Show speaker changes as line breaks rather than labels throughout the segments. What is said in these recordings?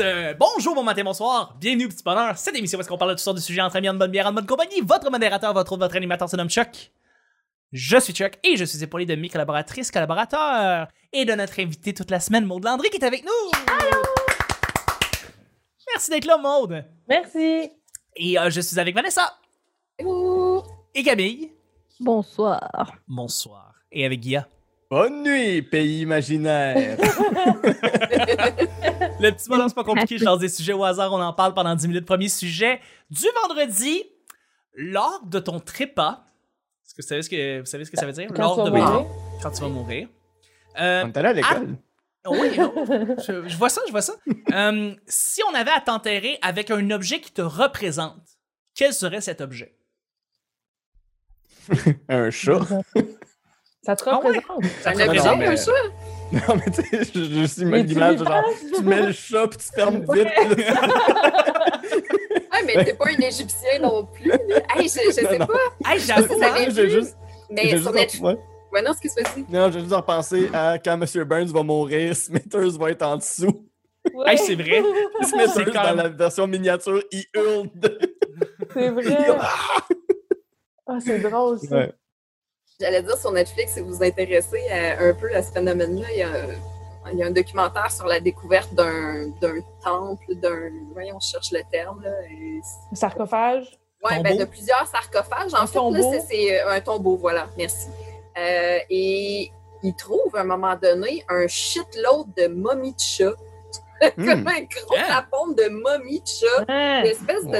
euh, bonjour, bon matin, bonsoir, bienvenue au Petit Bonheur. Cette émission où est-ce qu'on parle de toutes sortes de sujets entre amis, en bonne bière, en bonne compagnie. Votre modérateur, votre autre, votre animateur se nomme Chuck. Je suis Chuck et je suis épaulé de mes collaboratrices, collaborateurs et de notre invité toute la semaine, Maude Landry, qui est avec nous. Allô! Merci d'être là, Maude.
Merci.
Et euh, je suis avec Vanessa et Camille.
Bonsoir.
Bonsoir. Et avec Guilla.
Bonne nuit, pays imaginaire!
Le petit bonheur, c'est pas compliqué. Je lance des sujets au hasard. On en parle pendant 10 minutes. Premier sujet du vendredi. Lors de ton trépas. Est-ce que vous savez ce que, vous savez ce que ça veut dire?
Quand
lors
tu
de
vas mourir.
Quand tu vas mourir. Euh,
On est allé à l'école?
oui, oh, je, je vois ça, je vois ça. Euh, si on avait à t'enterrer avec un objet qui te représente, quel serait cet objet?
Ah! Un chat?
Ça te
Ah ouais?
représente.
Ça te
Non,
représente?
non, mais- Non, mais tu sais, je, je suis même
tu
l'image,
lui
genre, tu mets le chat puis tu fermes vite. là.
Ah, mais t'es pas un Égyptien non plus. là. Hey, je, je sais
Non, non.
pas,
Hey, j'avoue, hein?
avez
J'ai
vu?
juste, j'ai
mais
juste
sur
en-
Netflix.
ouais.
Ouais, non, ce que je dis.
Non, j'ai juste repensé à quand M. Burns va mourir, Smithers va être en dessous.
Ouais,
Hey, c'est vrai. C'est
Smithers,
quand
dans la version miniature, il hurle. de-
c'est vrai. Ah, c'est drôle, ça.
Ouais.
J'allais dire sur Netflix, si vous vous intéressez à- un peu à ce phénomène-là, il y, a, un- il y a un documentaire sur la découverte d'un d'un temple, d'un. Voyons, on cherche le terme. Là, et-
Le sarcophage.
Ouais, ben,
Tombeau?
de plusieurs sarcophages. En
Un
fait, là,
tombeau?
c'est- c'est euh, un tombeau, voilà, merci. Euh, et ils trouvent à un moment donné un shitload de momies de chat.
Hmm.
Comme un gros
Hein?
tapon de momies de chat.
Hein?
Une espèce de, de-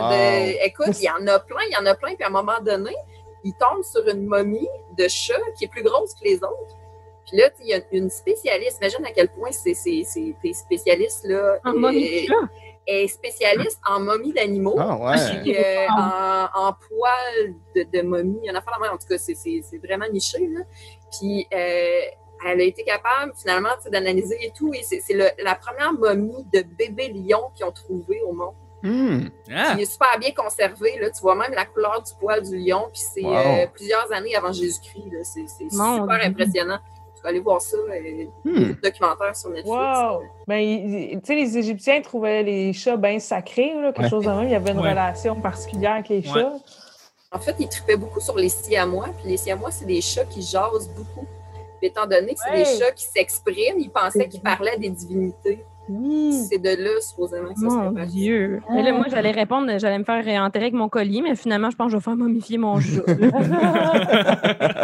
Wow.
Écoute, il y en a plein, il y en a plein, puis à un moment donné, il tombe sur une momie de chat qui est plus grosse que les autres. Puis là, tu sais, il y a une spécialiste. Imagine à quel point c'est c'est- c'est- t'es spécialiste, là.
En
est-
momie de chat?
est spécialiste en momie d'animaux.
Ah ouais.
Puis, euh, en, en poil de, de momie, il y en a pas la même. En tout cas, c'est- c'est c'est vraiment niché. Là. Puis euh, elle a été capable finalement tu sais, d'analyser et tout. Et c'est c'est le- la première momie de bébé lion qu'ils ont trouvée au monde.
Hmm.
Ah,
Il est super bien conservé. Là. Tu vois même la couleur du poil du lion. Puis c'est
Wow.
euh, plusieurs années avant Jésus-Christ. là. C'est c'est
Mon
super
Dieu.
impressionnant. Tu vas aller voir ça, euh,
Hmm.
documentaire sur Netflix.
Wow! Ben, il- il- tu sais, les Égyptiens trouvaient les chats bien sacrés, là, quelque
Ouais.
chose de même. Il y avait une
Ouais.
relation particulière avec les
Ouais.
chats.
En fait, il tripait beaucoup sur les siamois. Puis les siamois, c'est des chats qui jasent beaucoup. Puis étant donné que c'est
Ouais.
des chats qui s'expriment, ils pensaient
C'est
qu'ils
vrai. Hmm.
parlaient à des divinités.
Oui!
C'est de là, supposément, que ça
Mon
se fait.
Dieu. Mais là, moi, j'allais répondre, j'allais me faire euh, enterrer avec mon collier, mais finalement, je pense que je vais faire momifier mon jeu.
Ah.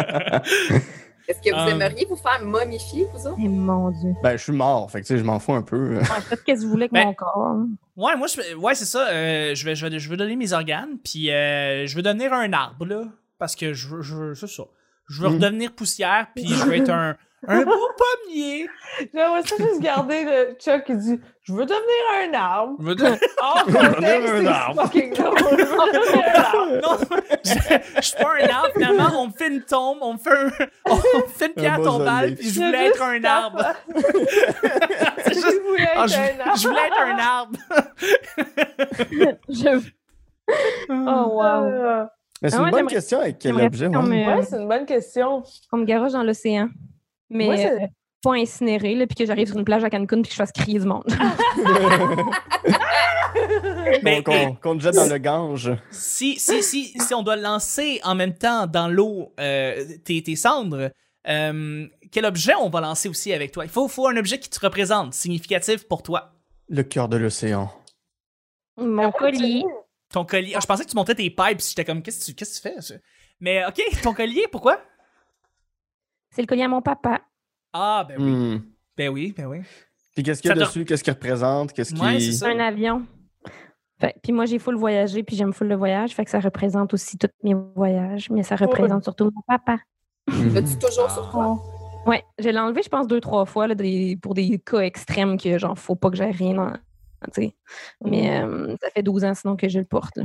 Est-ce que vous
Euh.
aimeriez vous faire momifier, vous autres?
mais mon Dieu.
Ben, je suis mort, fait que tu sais, je m'en fous un peu.
Ouais, Faites qu'est-ce que vous voulez avec
Ben-
mon corps.
Ouais, moi, je, ouais, c'est ça. euh, je, vais, je, vais, je veux donner mes organes, puis euh, je veux devenir un arbre, là. Parce que je veux, je veux- c'est ça. Je veux
Mm.
redevenir poussière, puis je veux être un, un beau pommier.
J'aimerais ça juste garder le Chuck qui dit Je veux devenir un arbre.
Je veux de-
Oh,
veux devenir
contexte,
un
c'est
arbre.
fucking drôle. Je veux devenir un arbre.
Non, je, je suis pas un arbre, finalement. On me fait une tombe, on me fait, un- on me fait une pierre
Un
tombale,
mausolée.
puis je voulais être un arbre. C'est juste-
Je voulais être
Ah,
un arbre.
je, je voulais être un arbre.
Je- Oh, wow.
Euh,
Mais c'est
Ah ouais,
une bonne
j'aimerais-
question avec quel
j'aimerais
objet, hein?
qu'on
ouais.
me-
Ouais, c'est une bonne question.
On me garoche dans l'océan. Mais
Moi, c'est-
euh, pas incinéré, là, puis que j'arrive sur une plage à Cancun, puis que je fasse crier du monde.
Mais-
Qu'on- Qu'on qu'on te jette dans le Gange.
Si, si, si, si on doit lancer en même temps dans l'eau euh, tes, tes cendres, euh, quel objet on va lancer aussi avec toi? Il faut, faut un objet qui te représente, significatif pour toi.
Le cœur de l'océan.
mon collier.
Ton collier. Ah, je pensais que tu montais tes pipes, j'étais comme, qu'est-ce que tu, qu'est-ce que tu fais? ça? Mais OK, ton collier, pourquoi?
C'est le collier à mon papa.
Ah, ben oui,
Hmm.
ben oui, ben oui.
Puis qu'est-ce qu'il y
Ça
a
te-
dessus? Qu'est-ce qu'il représente? Qu'est-ce qui.
Ouais, c'est ça.
Un avion. Fait- puis moi, j'ai full voyager, puis j'aime full le voyage. Fait que ça représente aussi tous mes voyages, mais ça représente surtout mon papa.
Hmm.
L'as-tu toujours sur toi?
Ouais, je l'ai enlevé, je pense, deux, trois fois là, des- pour des cas extrêmes que, genre, faut pas que j'aie rien. dans- tu sais. Mais
Mm.
euh, ça fait 12 ans sinon que je le porte. là.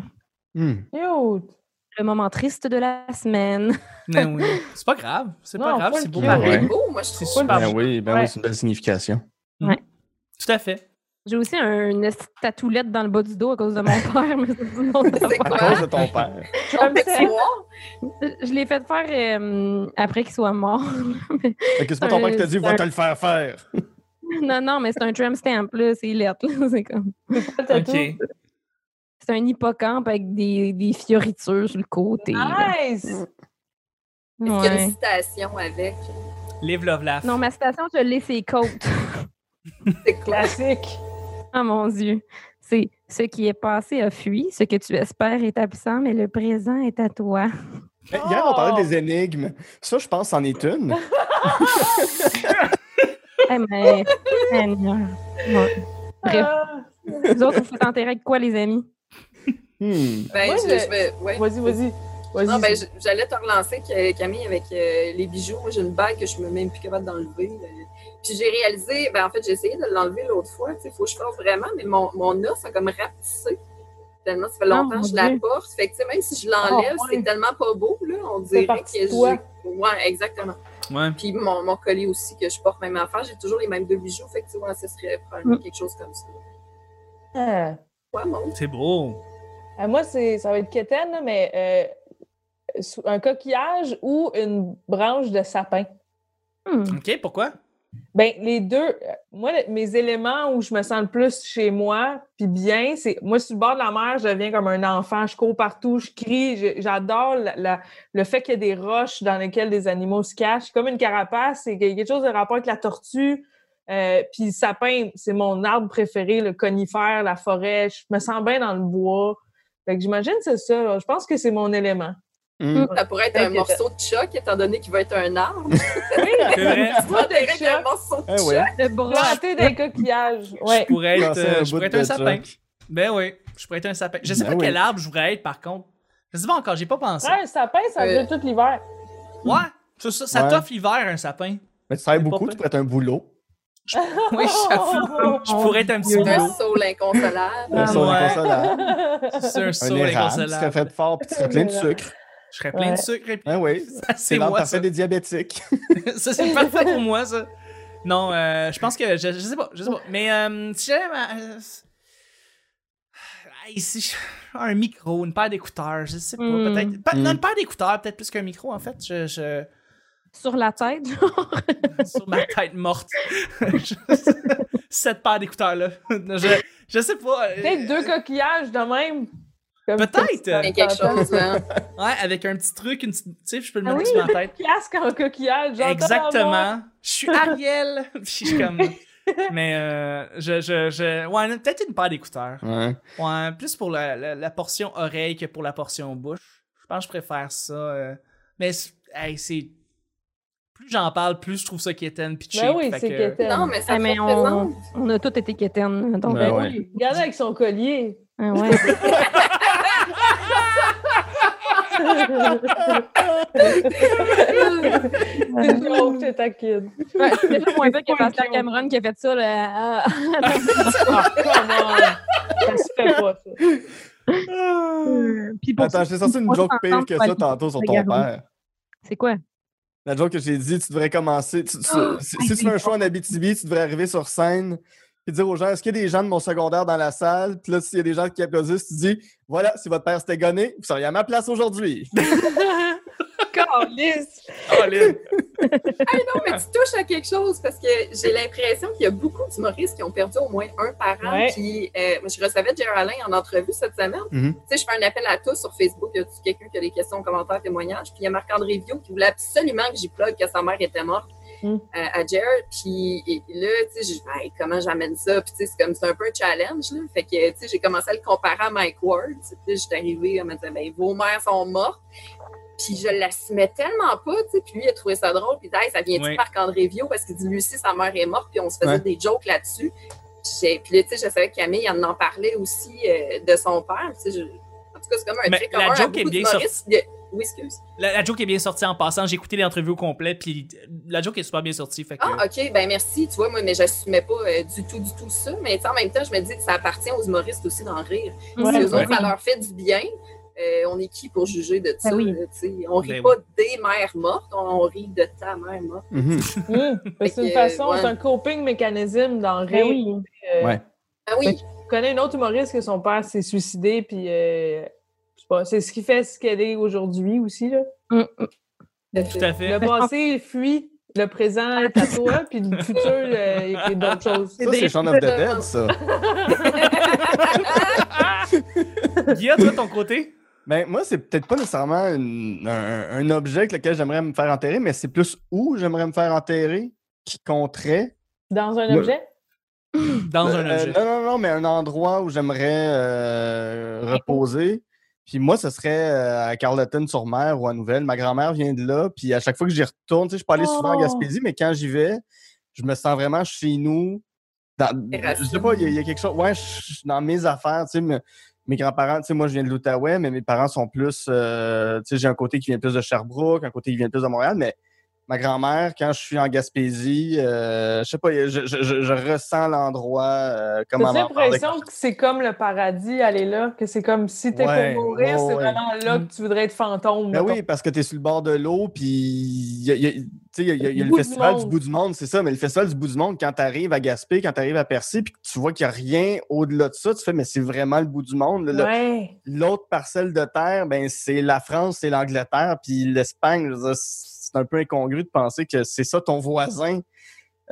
Hmm.
Cute.
Le moment triste de la semaine.
Ben oui. C'est pas grave, c'est pas
Non,
grave,
pas
c'est
le
beau
cul.
pareil.
Ouais.
C'est beau, moi, je
C'est
trouve.
super
Ben
beau.
oui, ben
Ouais.
oui, c'est une belle signification.
Tout à fait.
J'ai aussi un- une petite tatoulette dans le bas du dos à cause de mon père. mais ça, c'est une autre
C'est
affaire.
À
Ouais.
cause de ton père.
On peut te voir.
je l'ai fait faire euh, après qu'il soit mort.
Fait que c'est pas ton père qui t'a dit, va te le faire faire.
Non, non, mais c'est un tram stamp, là. C'est lettre, là. C'est comme.
C'est pas le tatou.
Ok.
C'est un hippocampe avec des, des fioritures sur le côté. là.
Nice!
Est-ce Ah, qu'il y a
Ouais.
une citation avec?
Live Love Laugh.
Non, ma citation, je l'ai, c'est côte.
C'est quoi?
Classique.
Ah mon Dieu. C'est ce qui est passé a fui, ce que tu espères est absent, mais le présent est à toi.
Eh, Hier, on parlait des énigmes. Ça, je pense, c'en est une.
Eh mais. Seigneur. Ouais. Bref,
Ah,
vous autres, vous faites enterrer avec quoi, les amis?
Hmm.
Ben,
Moi,
je,
je-
je vais- ouais.
Vas-y, vas-y. Vas-y.
Non, ben, je- j'allais te relancer, que- Camille, avec euh, les bijoux. Moi, j'ai une bague que je me mets même plus capable d'enlever. euh. Puis j'ai réalisé, ben, en fait, j'ai essayé de l'enlever l'autre fois. Il faut que je fasse vraiment, mais mon, mon os a comme rapetissé. Tellement, ça fait
Ah,
longtemps
mon
que je
Dieu.
la porte. Fait que, tu sais, même si je l'enlève,
Ah, ouais.
c'est tellement pas beau, là. On
C'est
dirait que
parti de
j'ai.
toi.
Ouais, exactement.
Ouais.
Puis mon, mon collier aussi que je porte, même affaire. J'ai toujours les mêmes deux bijoux. Fait que, tu vois, ce serait probablement
Mm.
quelque chose comme ça.
Ah.
Ouais, mon.
C'est beau.
Ah, moi, c'est, ça va être quétaine, là, mais euh, sou- un coquillage ou une branche de sapin.
Hmm.
Ok, pourquoi?
Ben, les deux, euh, moi, le- mes éléments où je me sens le plus chez moi, puis bien, c'est moi, sur le bord de la mer, je deviens comme un enfant, je cours partout, je crie, je- j'adore la- la- le fait qu'il y ait des roches dans lesquelles des animaux se cachent, comme une carapace, c'est quelque quelque chose de rapport avec la tortue. Euh, puis le sapin, c'est mon arbre préféré, le conifère, la forêt, je me sens bien dans le bois. Fait que j'imagine que c'est ça, là. je pense que c'est mon élément.
Hmm.
Ça pourrait être un
Ok,
morceau de choc, étant donné qu'il va être un arbre.
C'est vrai.
On
Planter
dirait
de
que c'est un
choc,
morceau de
Eh
choc.
ouais.
Le bras.
planter des coquillages. Ouais.
Je pourrais être,
Lancer
euh,
un
je
bout
pourrais être
de
un sapin.
joke.
Ben oui, je pourrais être un sapin. Je sais
Ben
pas
oui.
quel arbre je voudrais être, par contre. Je sais pas encore, j'ai pas pensé.
Ouais, un sapin, ça
Euh,
dure tout l'hiver.
Ouais, ça, ça, ça
Ouais.
t'offre l'hiver, un sapin.
Mais tu travailles
C'est pas
beaucoup,
pire.
tu pourrais être un boulot.
Oui,
Oh,
j'avoue. Je pourrais être un petit
C'est un
boulot.
saule inconsolable.
Un
Ah,
saut
ouais.
inconsolable,
C'est un saut
Un érable, tu serais
inconsolable.
fait fort puis tu serais plein de sucre.
Je serais plein de
Ouais.
sucre et puis.
Ah oui,
Ça, C'est
c'est l'ordre
moi,
parfait
ça.
des diabétiques.
Ça, c'est parfait pour moi, ça. Non, euh, je pense que. Je, je sais pas, je sais pas. Mais euh, si j'avais. ma- euh, ah, ici, je- un micro, une paire d'écouteurs, je sais pas,
Mm.
peut-être. pas- Non,
Mm.
une paire d'écouteurs, peut-être plus qu'un micro, en fait. Je. je...
Sur la tête,
sur ma tête morte. Je- Cette paire d'écouteurs-là. Je, je sais pas. euh,
Peut-être deux coquillages de même. Comme
Peut-être. euh,
ça,
Mais quelque
ça,
chose, hein.
Ouais, avec un petit truc, une petite- tu sais, je peux le
Ah
mettre
oui.
sur ma tête.
Casque en coquillage. genre, t'as
Exactement. Je suis Ariel. Puis je suis comme. Mais euh, je, je, je. Ouais, peut-être une paire d'écouteurs.
Ouais.
Ouais, plus pour la, la- la portion oreille que pour la portion bouche. Je pense que je préfère ça. euh. Mais c'est- hey, c'est. Plus j'en parle, plus je trouve ça quétaine puis cheap.
Ben oui,
fait
c'est
que-
quétaine.
Non, mais ça
Ah, mais
te
on-
représente.
on a tous été quétaines. Donc,
Ben
euh,
ouais.
Oui, Regardez avec son collier.
ah ouais.
C'est une joke, je taquine.
Ouais, C'est déjà moins pire que
Pas une
Pascal
joke.
Cameron qui a fait ça. Là, à-
Ah, come on. Ça se fait pas, ça.
Euh,
Puis pour
Attends,
ceux-
j'ai sorti une
pour
joke
ceux qui
pire que ça
entendent,
tantôt sur ton
Regarde.
père.
C'est quoi?
La joke que j'ai dit, tu devrais commencer. tu- tu- si, si tu fais un show en Abitibi, tu devrais arriver sur scène et dire aux gens est-ce qu'il y a des gens de mon secondaire dans la salle Puis là, s'il y a des gens qui applaudissent, tu dis voilà, si votre père s'était gonné, vous seriez à ma place aujourd'hui.
Calice.
Colin.
Non, mais tu touches à quelque chose parce que j'ai l'impression qu'il y a beaucoup d'humoristes qui ont perdu au moins un parent.
Ouais.
Puis, euh, moi, je recevais Jerry Alain en entrevue cette semaine.
Mhm.
Tu sais, je fais un appel à tous sur Facebook. Il y a quelqu'un qui a des questions, commentaires, témoignages. Puis il y a Marc-André Viau qui voulait absolument que j'y plug que sa mère était morte
Mm.
euh, à Jared. Puis et- et là, tu sais, j'ai dit, Hey, comment j'amène ça? Puis tu sais, c'est comme, c'est un peu un challenge. Là. Fait que, tu sais, j'ai commencé à le comparer à Mike Ward. Tu sais, j'étais arrivée à me dire, ben, vos mères sont mortes. Puis je l'assumais tellement pas, tu sais. Puis lui, il a trouvé ça drôle. Puis il dit, Hey, ça vient-tu
Oui.
de Marc-André Viau? Parce qu'il dit, lui aussi, sa mère est morte. Puis on se faisait
Ouais.
des jokes là-dessus. J'ai- Puis là, tu sais, je savais que Camille en en parlait aussi euh, de son père. Tu sais, je- En tout cas, c'est comme un
Mais
truc
la
commun à
joke est
beaucoup
bien
d'humoristes. Oui, excuse.
La, la joke est bien sortie en passant. J'ai écouté l'entrevue au complet, puis la joke est super bien sortie. Fait que,
Ah, OK, ben merci. Tu vois, moi, mais j'assumais pas euh, du tout, du tout ça. Mais tu sais, en même temps, je me dis que ça appartient aux humoristes aussi d'en rire.
Ouais,
si
Ouais.
eux autres, ça leur fait du bien, euh, on est qui pour juger de ça?
Ben oui.
là, tu sais? on rit
Ben
pas des mères mortes, on, on rit de ta mère morte.
Mhm.
Hum, ben, C'est
Fait
une
que,
façon,
ouais.
c'est un coping mécanisme dans le
Ben
rire.
oui.
Euh,
Ouais.
Ah oui,
Je connais une autre humoriste que son père s'est suicidé, puis euh, je sais pas, c'est ce qui
Hmm,
fait ce qu'elle est aujourd'hui aussi. Là.
Mm, mm.
tout à fait.
Le passé fuit Le présent est à toi, puis le futur euh, est est d'autres choses.
Ça, c'est Shaun of the Dead, ça.
Guilla, toi, de ton côté?
Ben, moi, c'est peut-être pas nécessairement une- un, un objet avec lequel j'aimerais me faire enterrer, mais c'est plus où j'aimerais me faire enterrer qui compterait.
Dans un
Moi-
objet?
Dans un
Euh,
objet.
non, non, non, mais un endroit où j'aimerais euh, reposer. Puis moi, ce serait euh, à Carleton-sur-Mer ou à Nouvelle. Ma grand-mère vient de là. Puis à chaque fois que j'y retourne, tu sais, je peux aller souvent en
Oh!
Gaspésie, mais quand j'y vais, je me sens vraiment chez nous. Dans,
Les
je sais pas, il y a- il y, a quelque chose. Ouais, je suis dans mes affaires, tu sais. me- mes grands-parents, tu sais, moi, je viens de l'Outaouais, mais mes parents sont plus. euh, tu sais, j'ai un côté qui vient plus de Sherbrooke, un côté qui vient plus de Montréal, mais ma grand-mère, quand je suis en Gaspésie, euh, je sais pas, je, je- je- je ressens l'endroit euh, comme
T'as
un
l'impression que c'est comme le paradis, aller là, que c'est comme si t'es
Ouais,
pour mourir,
ouais,
c'est
ouais.
vraiment là que tu voudrais être fantôme.
Ben
mettons.
oui, parce que tu es sur le bord de l'eau, puis il y a, il y a- tu sais, il y a- il y a- il y
Le
a le
bout du
festival du
monde.
bout du monde, c'est ça, mais le festival du bout du monde, quand tu arrives à Gaspé, quand tu arrives à Percy, puis que tu vois qu'il n'y a rien au-delà de ça, tu fais, mais c'est vraiment le bout du monde. là. Le-
Ouais.
L'autre parcelle de terre, ben c'est la France, c'est l'Angleterre, puis l'Espagne. Je veux dire, C'est un peu incongru de penser que c'est ça ton voisin.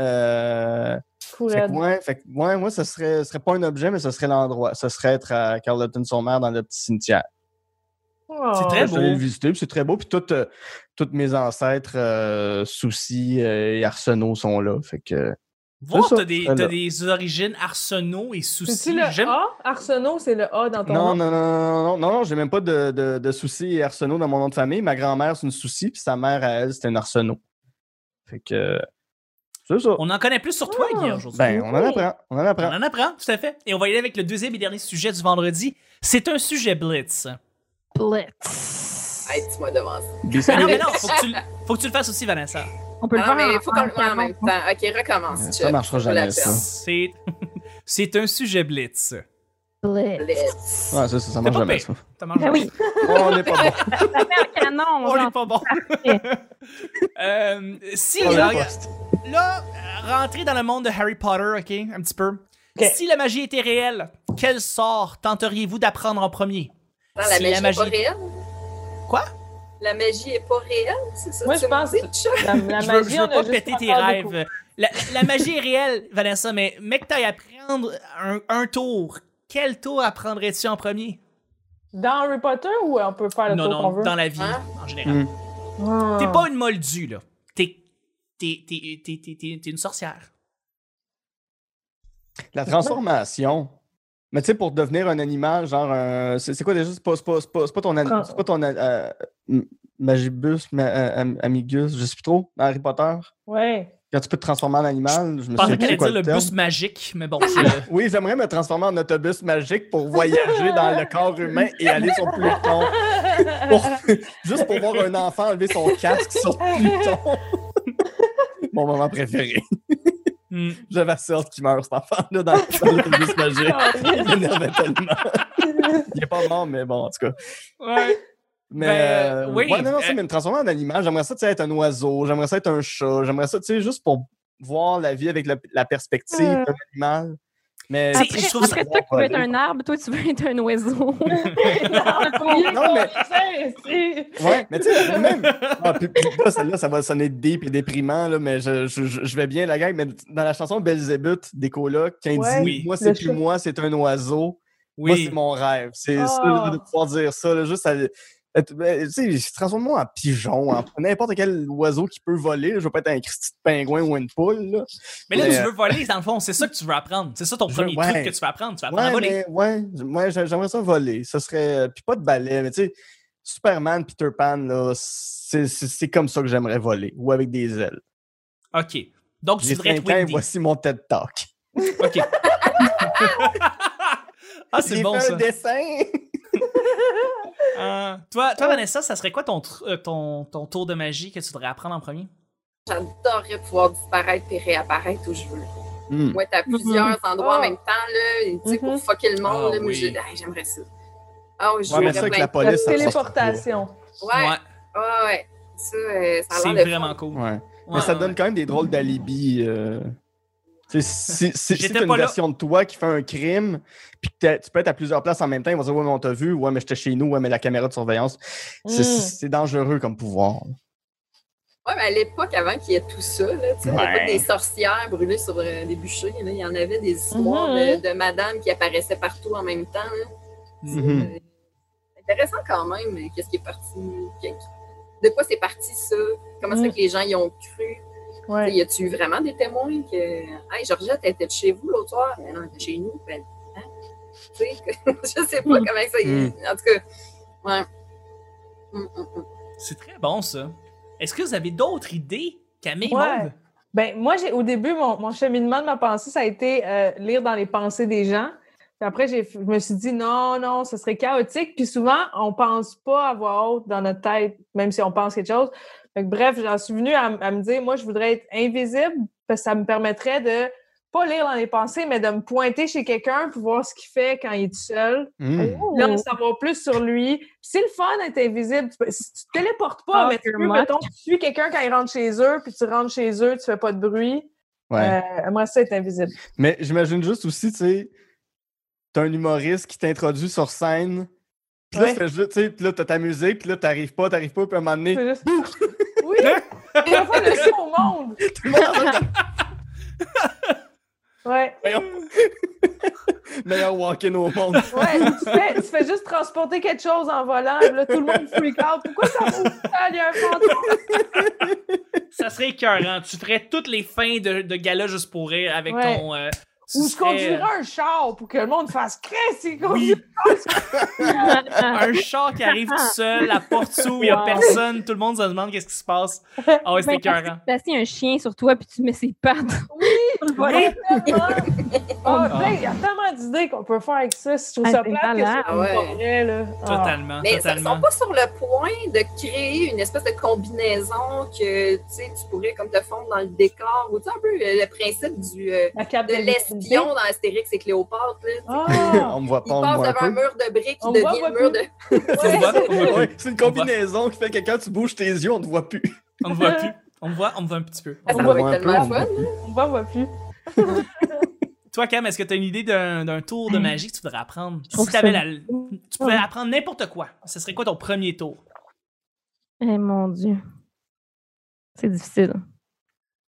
Euh, Fait que
Courette.
ouais, fait que ouais, moi, ce serait, ce serait pas un objet, mais ce serait l'endroit. Ce serait être à Carleton-sur-Mer dans le petit cimetière.
Oh.
C'est très
Je suis allé
beau.
le visiter, puis c'est très beau. Puis toutes euh, toutes mes ancêtres, euh, Soucy euh, et Arsenault sont là. Fait que.
Voir,
ça, Ben,
t'as des,
voilà.
t'as des origines arsenaux et
C'est
soucis.
le
J'aime
A? Arsenault, c'est le A dans ton
Non,
nom.
non, non, non, non, non, non, j'ai même pas de, de, de Soucy et Arsenault dans mon nom de famille. Ma grand-mère, c'est une Soucy, puis sa mère, à elle, c'était une Arsenault. Fait que. euh, C'est ça.
On en connaît plus sur toi,
Ah,
Guy, aujourd'hui.
Ben, on en
Oui.
apprend. On en
on
apprend.
en apprend, tout à fait. Et on va y aller avec le deuxième et dernier sujet du vendredi. C'est un sujet blitz.
Blitz.
Hey, dis-moi devant ça.
Mais non, mais non, faut que tu, le- faut que tu le fasses aussi, Vanessa.
On peut le
Ah,
faire.
non, mais
en-
il faut
en-
qu'on le voit en même temps. OK, recommence,
Ça marchera jamais, ça.
C'est, c'est un sujet blitz.
Blitz.
Let's.
Ouais, ça, ça, ça marche
pas
jamais,
pire.
ça.
T'as mangé?
Ben oui,
Ouais, on n'est pas bon.
ça fait un canon.
On
genre.
est pas bon. Euh, si,
On est
là,
pas.
là, rentrer dans le monde de Harry Potter, OK, un petit peu.
Ok.
Si la magie était réelle, quel sort tenteriez-vous d'apprendre en premier?
Attends,
Si la
la magie
magie-
est pas réelle?
Quoi?
La magie est pas réelle, c'est ça?
Moi,
que
je
tu me
pense-
dis, Chuck?
La, la
je veux,
magie,
je veux
on a
pas
juste
péter tes
encore découvert.
rêves. La, la magie est réelle, Vanessa, mais mec, que t'ailles apprendre un, un tour. Quel tour apprendrais-tu en premier?
Dans Harry Potter ou on peut faire Ah, le
non,
tour qu'on
non,
veut?
dans la vie,
Hein?
en général.
Ah.
T'es pas une moldue, là. T'es t'es- t'es- t'es- t'es- t'es- t'es une sorcière.
La transformation. Mais tu sais, pour devenir un animal, genre un. C'est c'est quoi déjà? C'est pas, c'est pas, c'est pas, c'est pas ton. an-
Trans-
C'est pas ton. an- euh, m- magibus, ma- euh, am- amigus, je sais plus trop, dans Harry Potter.
Ouais.
Quand tu peux te transformer en animal, je
Je
me
pensais
souviens plus
qu'elle
c'est
allait
quoi
dire
le
le
terme.
bus magique, mais bon, c'est-
Oui, j'aimerais me transformer en autobus magique pour voyager dans le corps humain et aller sur Pluton. Pour- Juste pour voir un enfant enlever son casque sur Pluton. Mon moment préféré.
Hmm.
J'avais la sorte qui meurt, cet enfant-là, dans dans l'autobus magique. Il m'énervait tellement. Il est pas mort, mais bon, en tout cas.
Ouais.
Mais
Ben,
euh,
oui,
ouais, non, non,
euh,
ça, mais me transformer en animal, j'aimerais ça, tu sais, être un oiseau, j'aimerais ça être un chat, j'aimerais ça, tu sais, juste pour voir la vie avec la, la perspective
Euh.
d'un animal. Mais
Après-
Après,
Je trouve ça
après toi, tu veux être un arbre, toi, tu veux être un oiseau.
Non, mais-
mais...
ouais, mais tu sais, même. Ah, puis- puis là, celle-là, ça va sonner deep et déprimant, là, mais je, je- je- je vais bien, la gang. Mais dans la chanson Belzébuth des colocs, quand il
Ouais,
dit Moi,
le
c'est plus
chat.
moi, c'est un oiseau. Moi, c'est
Oui.
mon rêve. C'est
Ah.
ça, de pouvoir dire ça. là, juste à- être- ben, tu sais, transforme-moi en pigeon, en n'importe quel oiseau qui peut voler. là. Je veux pas être un Christy de pingouin ou une poule. là.
Mais là,
Mais,
tu
euh,
veux voler, dans le fond, c'est ça que tu veux apprendre. C'est ça ton
Je-
premier
ouais.
truc que tu vas apprendre. Tu vas apprendre à
Ouais,
voler.
mais ouais, ouais, j'a- j'aimerais ça voler. Ce serait. euh, Puis pas de balai, mais tu sais, Superman, Peter Pan, là, c'est c'est- c'est comme ça que j'aimerais voler. Ou avec des ailes.
OK. Donc, tu
J'ai
voudrais être
5 ans et
Wendy.
voici mon TED Talk.
OK. ah, c'est
J'ai
bon,
fait
ça.
un dessin.
Euh, toi, toi, Vanessa, ça serait quoi ton, tr- euh, ton, ton tour de magie que tu voudrais apprendre en premier?
J'adorerais pouvoir disparaître et réapparaître où je veux.
Hmm.
Moi, t'as plusieurs endroits en
Ah.
même temps, là, et, tu sais,
Mhm.
pour fucker le monde,
Ah,
là, moi,
oui.
j'ai- hey, j'aimerais ça. Ah, oui, je
Ouais, mais ça,
voudrais
avec
bien.
la police, ça
la
passe pas.
téléportation.
Ouais, ouais, ah ouais. Ça, euh, ça a
c'est
l'air de
vraiment cool.
Ouais.
Ouais,
Mais ça
ouais,
donne quand même des drôles d'alibis. euh. Tu sais, Si, si, si
J'étais
t'as une
pas là.
version de toi qui fait un crime, puis que t'as- tu peux être à plusieurs places en même temps, ils vont dire Ouais, mais on t'a vu, ouais, mais j'étais chez nous, ouais, mais la caméra de surveillance. C'est-
Mm.
C'est c'est dangereux comme pouvoir.
Ouais, mais à l'époque, avant qu'il y ait tout ça, là, tu sais, à
Ouais.
l'époque des sorcières brûlées sur euh, des bûchers, là, il y en avait des histoires de-
Mhm.
de, madame qui apparaissaient partout en même temps. là.
Mhm.
Mm-hmm.
Euh, intéressant quand même, euh, qu'est-ce qui est parti. qu'est- De quoi c'est parti ça? Comment ça fait
Mm.
que les gens y ont cru?
Ouais.
Y a-tu eu vraiment des témoins que. Hey, Georgette, elle était de chez vous l'autre soir? Mais non, elle était chez nous. Ben, hein? Tu sais, que- je sais pas
Mm.
comment ça y est. En tout cas, ouais. Mm, mm, mm.
C'est très bon, ça. Est-ce que vous avez d'autres idées, Camille?
Ouais.
Maude?
Ben, moi, j'ai, au début, mon, mon cheminement de ma pensée, ça a été euh, lire dans les pensées des gens. Puis après, j'ai, je me suis dit, non, non, ce serait chaotique. Puis souvent, on pense pas à voix haute dans notre tête, même si on pense quelque chose. Fait que bref, j'en suis venue à, m- à me dire, moi, je voudrais être invisible parce que ça me permettrait de pas lire dans les pensées, mais de me pointer chez quelqu'un pour voir ce qu'il fait quand il est tout seul.
Mhm.
Oh!
Là, on savoir plus sur lui. Puis C'est le fun d'être invisible. Tu, peux- si tu te téléportes pas,
Ah,
mais tu peux,
Kermit.
mettons, tu suis quelqu'un quand il rentre chez eux, puis tu rentres chez eux, tu fais pas de bruit.
Ouais.
Euh, moi, ça, être invisible.
Mais j'imagine juste aussi, tu sais, t'as un humoriste qui t'introduit sur scène. Puis là,
Ouais.
tu fais juste- tu sais, puis là, t'as ta musique, puis là, t'arrives pas, t'arrives pas, puis à un moment donné,
C'est juste... Oui! C'est la fois le show au monde!
tout le monde
Ouais.
a meilleur walk-in au monde.
ouais. Ou Tu, fais, tu fais juste transporter quelque chose en volant, puis là, tout le monde freak out. Pourquoi ça vaut ça? Il y a un fantôme!
Ça serait écœurant. tu ferais toutes les fins de, de gala juste pour rire avec
Ouais.
ton. euh, tu
Ou je
serais-
conduirais un char pour que le monde fasse crasse! Il conduit
Oui, un chat qui arrive tout seul, la porte s'ouvre, il n'y a
Wow.
personne, tout le monde se demande qu'est-ce qui se passe. Ah ouais, c'est
Ben, parce que
écœurant.
tu places un chien sur toi puis tu mets ses pattes.
Oui!
Voilà.
Tellement. Ah, ben, Il y a tellement d'idées qu'on peut faire avec ça. Si je trouve
Ah,
ça
c'est
plate, que
malade.
c'est pas
Ouais.
vrai, là. Ah.
Totalement,
Mais ben, ils
totalement.
sont pas sur le point de créer une espèce de combinaison que tu sais, tu pourrais comme te fondre dans le décor ou tu sais, un peu euh, le principe du, euh,
La cape
de l'espion dans Astérix et Cléopâtre. là.
Ah!
on me voit
Il
pas, on me
passe
voit
devant un
pas.
mur de briques,
On
il
voit,
devient
voit
le mur de.
plus.
On voit, on voit,
Ouais, c'est une combinaison qui fait que quand tu bouges tes yeux, on te voit plus.
on ne voit plus. On me voit, on me voit un petit peu.
Ah,
On
Ça
voit
va
un
être
peu,
tellement
on voit
fun.
On voit, on voit plus.
Toi, Cam, est-ce que tu as une idée d'un d'un tour de magie que tu voudrais apprendre?
trouve
Si t'avais
ça-
la- Tu pouvais apprendre n'importe quoi. Ce serait quoi ton premier tour?
Eh mon Dieu. C'est difficile.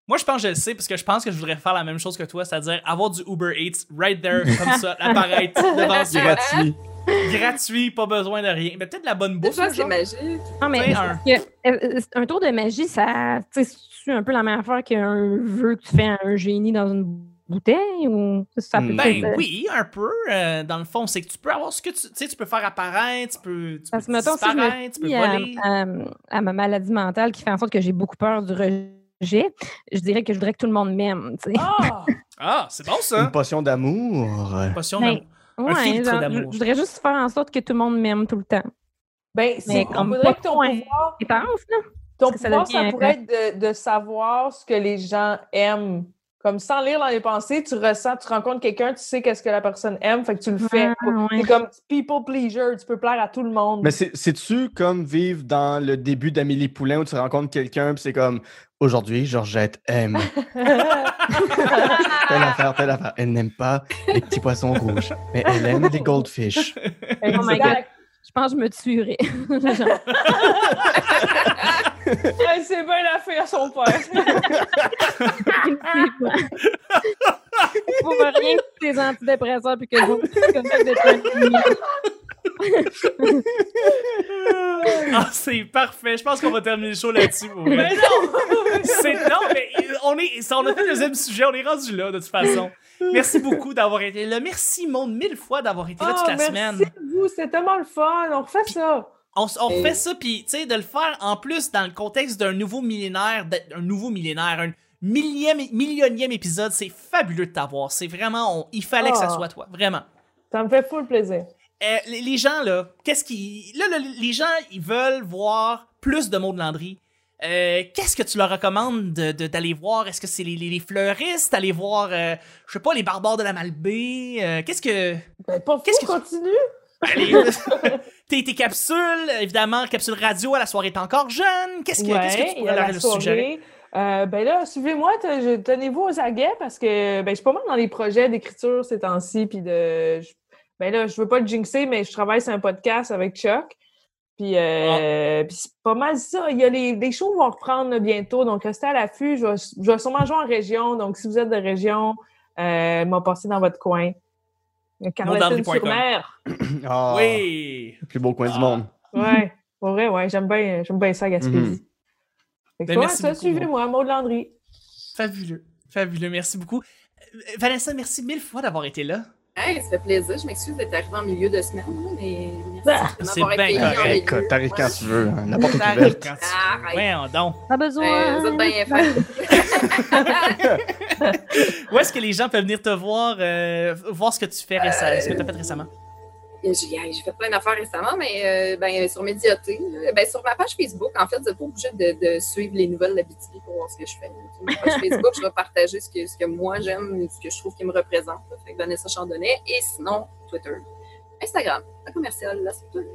Moi, je pense que je le sais parce que je pense que je voudrais faire la même chose que toi, c'est-à-dire avoir du Uber Eats right there, comme ça, apparaître devant
C'est
soi.
gratuit.
Gratuit, pas besoin de rien. Mais peut-être de la bonne bouffe.
Déjà, c'est
genre.
magique.
Non, mais
Tu sais,
c'est
un-
parce que, euh, euh, c'est- un tour de magie, ça, tu sais, c'est un peu la même affaire qu'un vœu que tu fais à un génie dans une bouteille ou ça peut
Ben
être, euh,
oui, un peu. euh, dans le fond, c'est que tu peux avoir ce que tu. Tu sais, tu peux faire apparaître, tu peux, tu peux
Parce que, mettons, si je me
disparaître, tu peux
lié à-
voler.
à, à ma maladie mentale qui fait en sorte que j'ai beaucoup peur du rejet, je dirais que je voudrais que tout le monde m'aime. tu sais.
Ah!
Ah, c'est bon ça!
Une potion d'amour.
Potion
Ben,
d'amour. un
Ouais,
filtre
genre, je
d'amour.
je voudrais juste faire en sorte que tout le monde m'aime tout le temps.
Ben, c'est, on
comme pas
voudrait que ton
point.
pouvoir,
Et pense, là?
ton
Parce que ça
pouvoir, ça
devient-
pourrait être de, de savoir ce que les gens aiment. Comme sans lire dans les pensées, tu ressens, tu rencontres quelqu'un, tu sais qu'est-ce que la personne aime, fait que tu le fais.
Ah, ouais.
C'est comme people pleaser, tu peux plaire à tout le monde.
Mais c'est- c'est-tu comme vivre dans le début d'Amélie Poulain où tu rencontres quelqu'un puis c'est comme aujourd'hui Georgette aime telle affaire, telle affaire. Elle n'aime pas les petits poissons rouges, mais elle aime les goldfish.
Oh my
Exact.
Je pense que je me tuerais.
Hey, c'est bien la fille à son père.
Effectivement. Pour rien que tes antidépresseurs puis que je vous
Ah, c'est parfait. Je pense qu'on va terminer le show là-dessus. pour vrai.
mais non!
C'est non, mais on est, ça, on a fait le deuxième sujet, on est rendu là de toute façon. Merci beaucoup d'avoir été là. Merci monde mille fois d'avoir été là toute la
Ah,
semaine.
Merci de vous, c'était tellement le fun. On refait ça.
On, s- on
Et-
fait ça, puis tu sais, de le faire en plus dans le contexte d'un nouveau millénaire, d'être un nouveau millénaire, un millième, millionième épisode, c'est fabuleux de t'avoir. C'est vraiment, on- il fallait que ça
Ah.
soit toi, vraiment.
Ça me fait full plaisir.
Euh, les, les gens, là, qu'est-ce qui. Là, là, les gens, ils veulent voir plus de Maud Landry. Euh, qu'est-ce que tu leur recommandes de- de- d'aller voir? Est-ce que c'est les, les- les fleuristes? Aller voir, euh, je sais pas, les barbares de la Malbaie? Euh, qu'est-ce que.
Ben, pas fou,
Qu'est-ce que tu-
continue.
Allez, euh, tes, tes capsules, évidemment, capsule radio à la soirée est encore jeune. Qu'est-ce que, qu'est-ce que tu
il y a
pourrais leur
la
leur
soirée.
suggérer?
Euh, ben là, suivez-moi, te- je- tenez-vous aux aguets parce que ben, je suis pas mal dans les projets d'écriture ces temps-ci. Puis de, je- ben là, je veux pas le jinxer, mais je travaille sur un podcast avec Chuck. Puis,
Ah.
euh, puis c'est pas mal ça. Il y a les, les shows vont reprendre là, bientôt, donc restez à l'affût. Je vais, je vais sûrement jouer en région, donc si vous êtes de région, euh, m'a passé dans votre coin. Carleton-sur-Mer.
Ah,
Oui!
Le plus beau coin
Ah.
du monde.
Ouais, pour vrai, ouais, j'aime bien, j'aime bien ça,
Mhm.
Gaspésie. Fait que
Ben,
ouais,
merci
ça,
beaucoup,
suivez-moi, Maud Landry.
Fabuleux. Fabuleux, merci beaucoup. Euh, Vanessa, merci mille fois d'avoir été là.
Hey, ça fait plaisir. Je m'excuse d'être arrivée en milieu de semaine, là, mais
Ah,
merci de
c'est
m'avoir
bien
accueillie en
correct.
milieu.
Écoute, T'arrives quand tu veux. hein, La porte est
T'arrives
ouverte.
quand tu veux.
Arrête.
Voyons donc.
Pas
Euh, vous
besoin.
êtes bien faits.
Où est-ce que les gens peuvent venir te voir, euh, voir ce que tu fais récemment, ce que tu as fait récemment?
J'ai j'ai fait plein d'affaires récemment, mais euh, ben, sur Médiaté, là, ben, sur ma page Facebook, en fait, vous n'êtes pas obligé de, de suivre les nouvelles d'habitude pour voir ce que je fais. Sur ma page Facebook, je vais partager ce que, ce que moi j'aime, ce que je trouve qui me représente. là. Fait que Vanessa Chandonnet et sinon Twitter. Instagram, la commerciale, la sorteuse.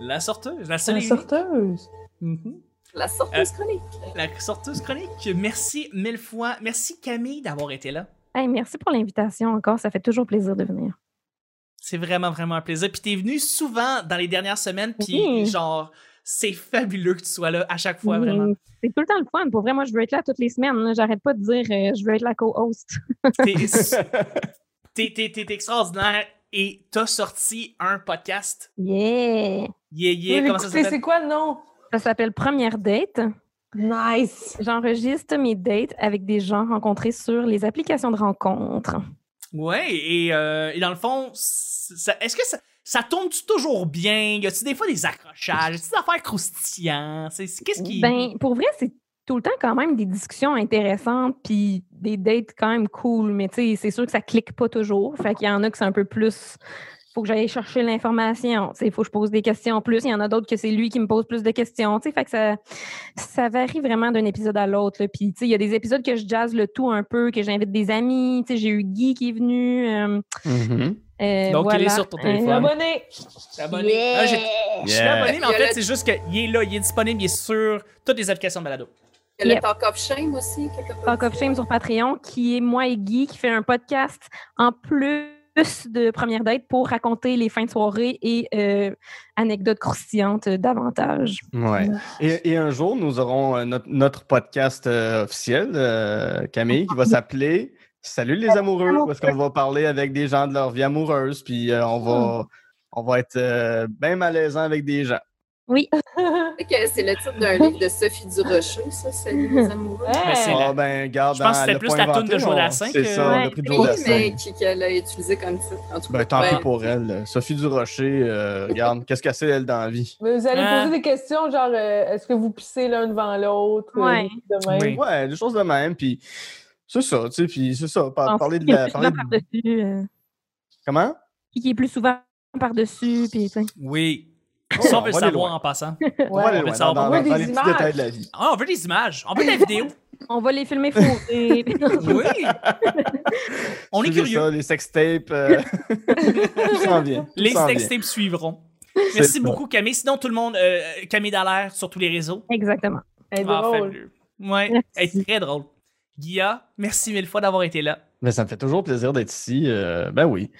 La sorteuse, la
la
sorteuse.
sorteuse.
Mhm.
La
Euh,
sorteuse chronique.
La sorteuse chronique. Merci mille fois. Merci Camille d'avoir été là.
Hey, merci pour l'invitation encore. Ça fait toujours plaisir de venir.
C'est vraiment, vraiment un plaisir. Puis t'es venu souvent dans les dernières semaines, puis
Oui.
genre, c'est fabuleux que tu sois là à chaque fois,
Mais
vraiment.
C'est tout le temps le fun. Pour vrai, moi, je veux être là toutes les semaines. là. J'arrête pas de dire euh, je veux être la co-host.
T'es t'es- t'es- t'es extraordinaire et t'as sorti un podcast.
Yeah!
Yeah, yeah,
Oui,
comment ça
écoutez,
s'appelle?
c'est quoi le nom?
Ça s'appelle Première Date.
Nice!
J'enregistre mes dates avec des gens rencontrés sur les applications de rencontres.
Ouais, et, euh, et dans le fond, c'est- ça- est-ce que ça, ça tourne-tu toujours bien? Y a-tu des fois des accrochages? Y a-tu des affaires croustillantes? C'est- c'est- Qu'est-ce qui.
Ben, pour vrai, c'est tout le temps quand même des discussions intéressantes puis des dates quand même cool, mais tu sais, c'est sûr que ça clique pas toujours. Fait qu'il y en a que c'est un peu plus faut que j'aille chercher l'information, il faut que je pose des questions en plus, il y en a d'autres que c'est lui qui me pose plus de questions, tu sais, fait que ça ça varie vraiment d'un épisode à l'autre là. puis tu sais, il y a des épisodes que je jazz le tout un peu, que j'invite des amis, tu sais, j'ai eu Guy qui est venu euh,
Mhm.
euh,
Donc, il est
voilà.
sur ton
Euh,
téléphone.
Abonné!
Abonné. Ah, j'ai- Je suis
Yeah.
abonné, mais en
Il y a
fait,
le-
c'est juste qu'il est là, il est disponible, il est sur toutes les applications de balado.
Il y a
Yep.
le Talk of Shame aussi. que t'as pas
Talk of
dit.
Shame sur Patreon, qui est moi et Guy qui fait un podcast en plus de première date pour raconter les fins de soirée et euh, anecdotes croustillantes euh, davantage.
Ouais. Et, et un jour, nous aurons euh, notre, notre podcast euh, officiel, euh, Camille, qui va s'appeler Salut les amoureux, parce qu'on va parler avec des gens de leur vie amoureuse, puis euh, on
Hmm.
va. On va être euh, bien malaisant avec des gens.
Fait que C'est le titre d'un livre de Sophie Durocher, ça, c'est Les Amoureux.
Hey!
c'est la-
Ah ben, garde,
Je pense que
dans
c'était
le
plus
point
la toune
inventé,
de Joe
on-
Dassin
C'est
que-
ça, on a
Ouais.
pris
Oui,
Joe Dassin.
mais qui- qu'elle a utilisé comme titre. En tout cas,
Ben, tant
ouais.
pis pour elle. Sophie Durocher, euh, regarde, qu'est-ce qu'elle sait, elle, dans la vie?
Mais vous allez
Hein?
poser des questions, genre, euh, est-ce que vous pissez l'un devant l'autre? euh,
Ouais.
de même?
Oui.
Ouais, des choses de même, puis c'est ça, tu sais, puis c'est ça, par-
On
Ah, parler de
sait qui est
la...
plus
parler
souvent
de-
par-dessus, euh,
Comment?
qui est plus souvent par-dessus, puis tu sais.
Oui.
Ouais,
Ça, on
Oh, on
veut le
va aller
savoir
loin.
en passant.
On va aller
On veut
loin, dans,
savoir.
dans-
On veut
dans
des
les petits
images.
détails de la vie.
Ah, on veut des images, on veut de la vidéo.
On va les filmer fourrés.
Oui. On est
Suivez
curieux.
ça, les sextapes, euh, tout s'en vient. tout
Les
s'en
sex
vient.
tapes suivront. Merci
ça.
beaucoup, Camille. Sinon, tout le monde, euh, Camille Dallaire sur tous les réseaux.
Exactement.
Elle est
Ah,
drôle.
fabuleux. Ouais,
Merci.
elle est très drôle. Guilla, merci mille fois d'avoir été là.
Mais ça me fait toujours plaisir d'être ici. euh, ben oui,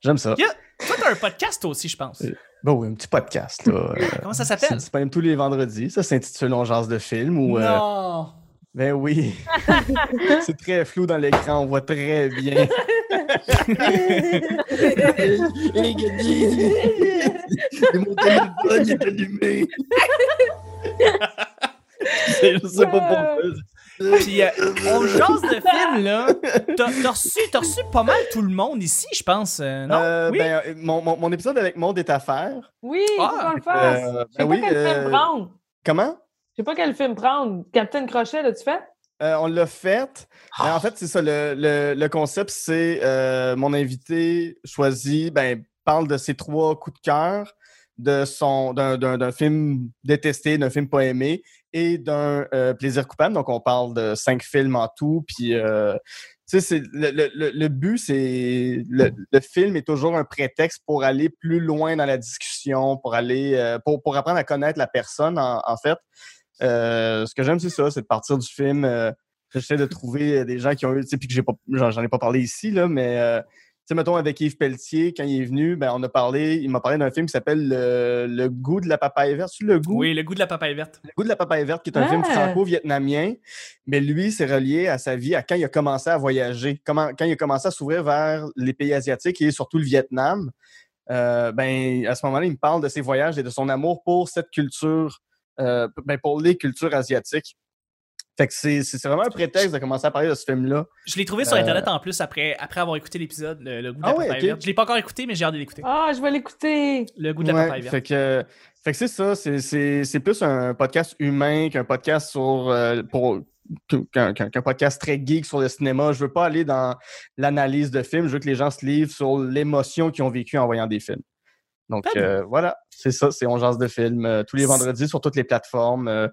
j'aime ça.
Yeah. Toi, t'as un podcast toi aussi, je pense.
Euh, Ben oui, un petit podcast, là. euh,
Comment ça
c'est
s'appelle?
disponible tous les vendredis. Ça s'intitule On jase de film ou... euh,
Non.
ben oui. c'est très flou dans l'écran, on voit très bien. Les gadis. Mon téléphone il est allumé. Je sais pas pourquoi.
Puis, euh, on jase de film, là. T'as t'as reçu, t'as reçu pas mal tout le monde ici, je pense. euh, non?
Euh,
oui?
ben, euh, mon, mon- mon épisode avec Monde est à faire.
Oui, il faut
Ah,
qu'on le fasse.
euh,
Je sais
ben
pas
oui,
quel film
euh,
prendre.
Comment?
Je sais pas quel film prendre. Captain Crochet, là, tu fais?
Euh, on l'a fait. Mais en fait, c'est ça. Le, le- le concept, c'est euh, mon invité choisi, ben, parle de ses trois coups de cœur, de son d'un- d'un d'un film détesté, d'un film pas aimé et d'un euh, plaisir coupable. Donc, on parle de cinq films en tout. Puis, euh, tu sais, c'est- le, le- le- le but, c'est le, le film est toujours un prétexte pour aller plus loin dans la discussion, pour aller euh, pour, pour apprendre à connaître la personne, en, en fait. Euh, ce que j'aime, c'est ça, c'est de partir du film. euh, J'essaie de trouver euh, des gens qui ont eu, tu sais, puis que j'ai pas, j'en j'en ai pas parlé ici, là, mais euh, sais, mettons, avec Yves Pelletier, quand il est venu, ben, on a parlé, il m'a parlé d'un film qui s'appelle euh, Le goût de la papaye verte. Tu le goût?
Oui, le goût de la papaye verte.
Le goût de la papaye verte, qui est un film
Ah!
franco-vietnamien, mais lui, c'est relié à sa vie, à quand il a commencé à voyager, comment, quand il a commencé à s'ouvrir vers les pays asiatiques et surtout le Vietnam. Euh, ben, à ce moment-là, il me parle de ses voyages et de son amour pour cette culture, euh, ben, pour les cultures asiatiques. Fait que c'est c'est- c'est vraiment un prétexte de commencer à parler de ce film-là.
Je l'ai trouvé sur
Euh,
Internet en plus après, après avoir écouté l'épisode, le, le goût de
Ah
la
ouais,
papaye
ok.
verte. Je l'ai pas encore écouté, mais j'ai hâte de l'écouter.
Ah, je vais l'écouter.
Le goût de la
Ouais,
papaye verte.
Fait que, euh, fait que c'est ça, c'est- c'est c'est plus un podcast humain qu'un podcast sur euh, pour qu'un qu'un- qu'un podcast très geek sur le cinéma. Je veux pas aller dans l'analyse de films, je veux que les gens se livrent sur l'émotion qu'ils ont vécue en voyant des films. Donc
Très bien.
euh, voilà, c'est ça, c'est On jase de films euh, tous les vendredis sur toutes les plateformes euh,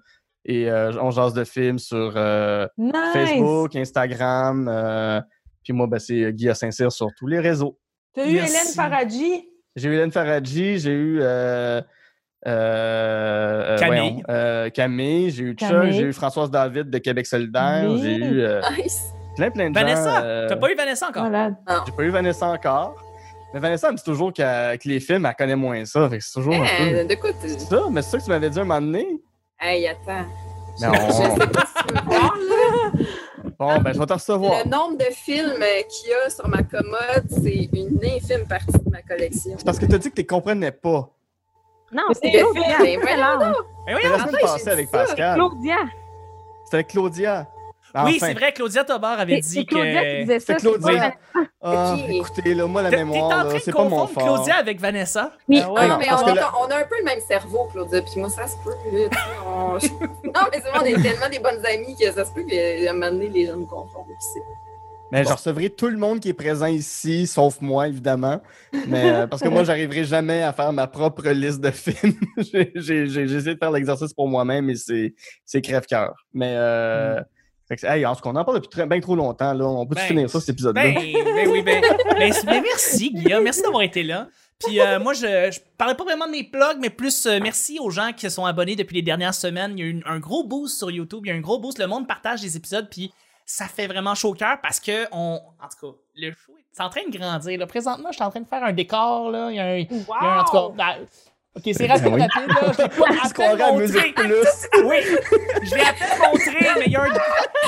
et euh, On jase de films sur euh,
Nice.
Facebook, Instagram. euh, puis moi, ben, c'est Guy à Saint-Cyr sur tous les réseaux.
T'as eu
Merci.
Hélène Faradji?
J'ai eu Hélène Faradji, j'ai eu. euh, euh, euh,
Camille.
voyons, euh, Camille, j'ai eu Chuck,
Camille.
j'ai eu Françoise David de Québec solidaire,
Oui.
j'ai eu euh,
Nice.
plein plein de gens.
Vanessa!
euh,
T'as pas eu Vanessa encore?
Voilà.
J'ai pas eu Vanessa encore. Mais Vanessa, elle me dit toujours qu'elle- que les films, elle connaît moins ça. Fait que c'est toujours Oh, un peu.
Eh, de quoi tu.
C'est ça, mais c'est ça que tu m'avais dit un moment donné.
Hey, attends.
Non.
Je sais pas si tu veux voir, là.
Bon, ben, je vais te recevoir.
Le nombre de films euh, qu'il y a sur ma commode, c'est une infime partie de ma collection.
C'est parce que t'as dit que tu comprenais pas.
Non,
Mais
c'est
c'est
Claudia.
Mais
c'est
Ah,
voyons
ben
Laure.
Mais
C'est
Ben voyons!
la semaine
Après, Ah j'ai
passée
dit
avec
ça.
Pascal.
Claudia.
C'était avec Claudia.
Oui,
Ah, Enfin.
c'est vrai, Claudia Tobar avait
C'est
dit
c'est
que.
Claudia qui disait ça.
C'est Claudia.
pas-
Ah,
Ok.
écoutez, là, moi, la
T'es t'es en
mémoire,
train
là,
de
c'est pas mon
confondre
fort.
Claudia avec Vanessa?
Oui.
Ah
Ah
ouais.
non,
non,
mais on,
parce que
a- on a un peu le même cerveau, Claudia, puis moi, ça se peut. là, tu sais, on- non, mais c'est vrai, on est tellement des bonnes amies que ça se peut qu'à un moment donné, les gens me confondent. puis c'est-
Mais
Bon.
je recevrai tout le monde qui est présent ici, sauf moi, évidemment. Mais euh, parce que moi, j'arriverai jamais à faire ma propre liste de films. J'ai j'ai- j'ai- j'ai essayé de faire l'exercice pour moi-même et c'est c'est crève-cœur. Mais euh, fait que- hey, en tout cas, on en parle depuis très- bien trop longtemps. Là. On peut
Ben,
finir ça, cet épisode-là?
Ben, ben oui, ben, ben, ben merci, Guillaume. Merci d'avoir été là. Puis euh, moi, je, je parlais pas vraiment de mes plugs, mais plus euh, merci aux gens qui se sont abonnés depuis les dernières semaines. Il y a eu une- un gros boost sur YouTube, il y a eu un gros boost. Le monde partage les épisodes, puis ça fait vraiment chaud au cœur parce que, on, en tout cas, le show est en train de grandir. Là. Présentement, je suis en train de faire un décor. Là. Il y a un, il
Wow!
y a un- en tout cas, ah, ok, c'est rapide,
Ben oui.
rapide. Là. Je l'ai pas
On se
à peine
croirait à
montré.
Musique Plus.
Oui, je l'ai à peine montré, mais il y a un,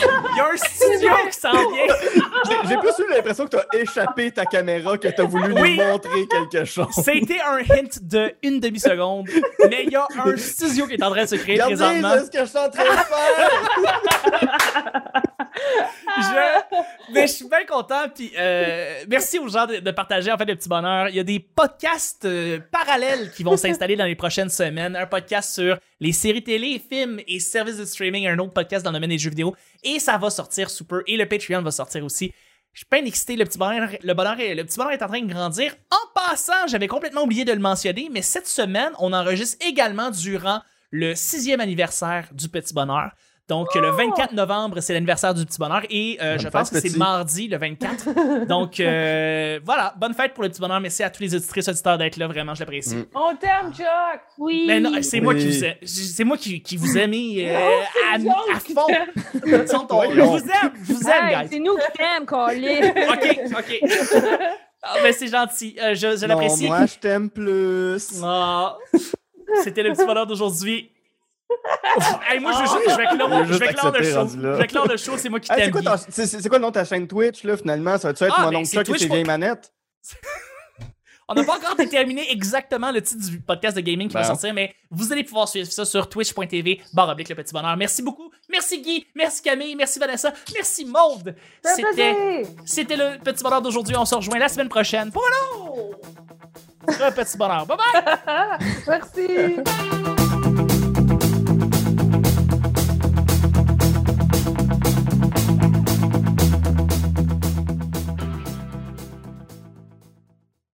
il y a un studio qui s'en vient.
J'ai- J'ai plus eu l'impression que tu as échappé ta caméra, que tu as voulu nous
Oui.
montrer quelque chose.
C'était un hint de une demi-seconde, mais il y a un studio qui est en train de se créer
Regardez
présentement.
là, ce que je suis en train de faire!
Je- Mais je suis bien content. Puis euh, merci aux gens de, de partager en fait le petit bonheur. Il y a des podcasts euh, parallèles qui vont s'installer dans les prochaines semaines. Un podcast sur les séries télé, films et services de streaming. Un autre podcast dans le domaine des jeux vidéo. Et ça va sortir sous peu. Et le Patreon va sortir aussi. Je suis bien excité. Le petit bonheur, le bonheur, est- le petit bonheur est en train de grandir. En passant, j'avais complètement oublié de le mentionner, mais cette semaine, on enregistre également durant le sixième anniversaire du petit bonheur. Donc, le 24 novembre, c'est l'anniversaire du petit bonheur et euh,
Bonne
je
fête,
pense que c'est
petit.
mardi, le 24. Donc, euh, voilà. Bonne fête pour le petit bonheur. Merci à tous les auditrices, auditeurs d'être là. Vraiment, je l'apprécie.
Mm.
On t'aime, Chuck!
Oui.
Mais non, c'est moi qui
Oui.
vous aime. C'est moi qui, qui vous aime euh, à, à
Joke!
fond. Je
Voyons.
vous aime, je vous aime,
Hey,
guys.
C'est nous qui t'aime, Colin.
OK, OK. Ah, ben, c'est gentil. Euh, je je
Non,
l'apprécie.
moi, je t'aime plus.
Ah. C'était le petit bonheur d'aujourd'hui. Hey, moi, je, veux juste- je vais
Il
clore, je
est
vais
juste
clore le
accepté,
show.
rendu là.
Je vais clore le show, c'est moi qui
Hey, c'est
t'aime.
quoi,
Guy.
ton- c'est- c'est- c'est quoi le nom de ta chaîne Twitch, là, finalement? Ça va-tu être
Ah,
mon
ben,
oncle
c'est
Chuck et
Twitch
ses
pour-
vieilles manettes?
On n'a pas encore déterminé exactement le titre du podcast de gaming qui va
Bon.
sortir, mais vous allez pouvoir suivre ça sur twitch.tv barre oblique le petit bonheur. Merci beaucoup. Merci Guy. Merci Camille. Merci Vanessa. Merci Maude. C'était,
C'était...
c'était le petit bonheur d'aujourd'hui. On se rejoint la semaine prochaine pour un autre petit bonheur. Bye bye.
Merci!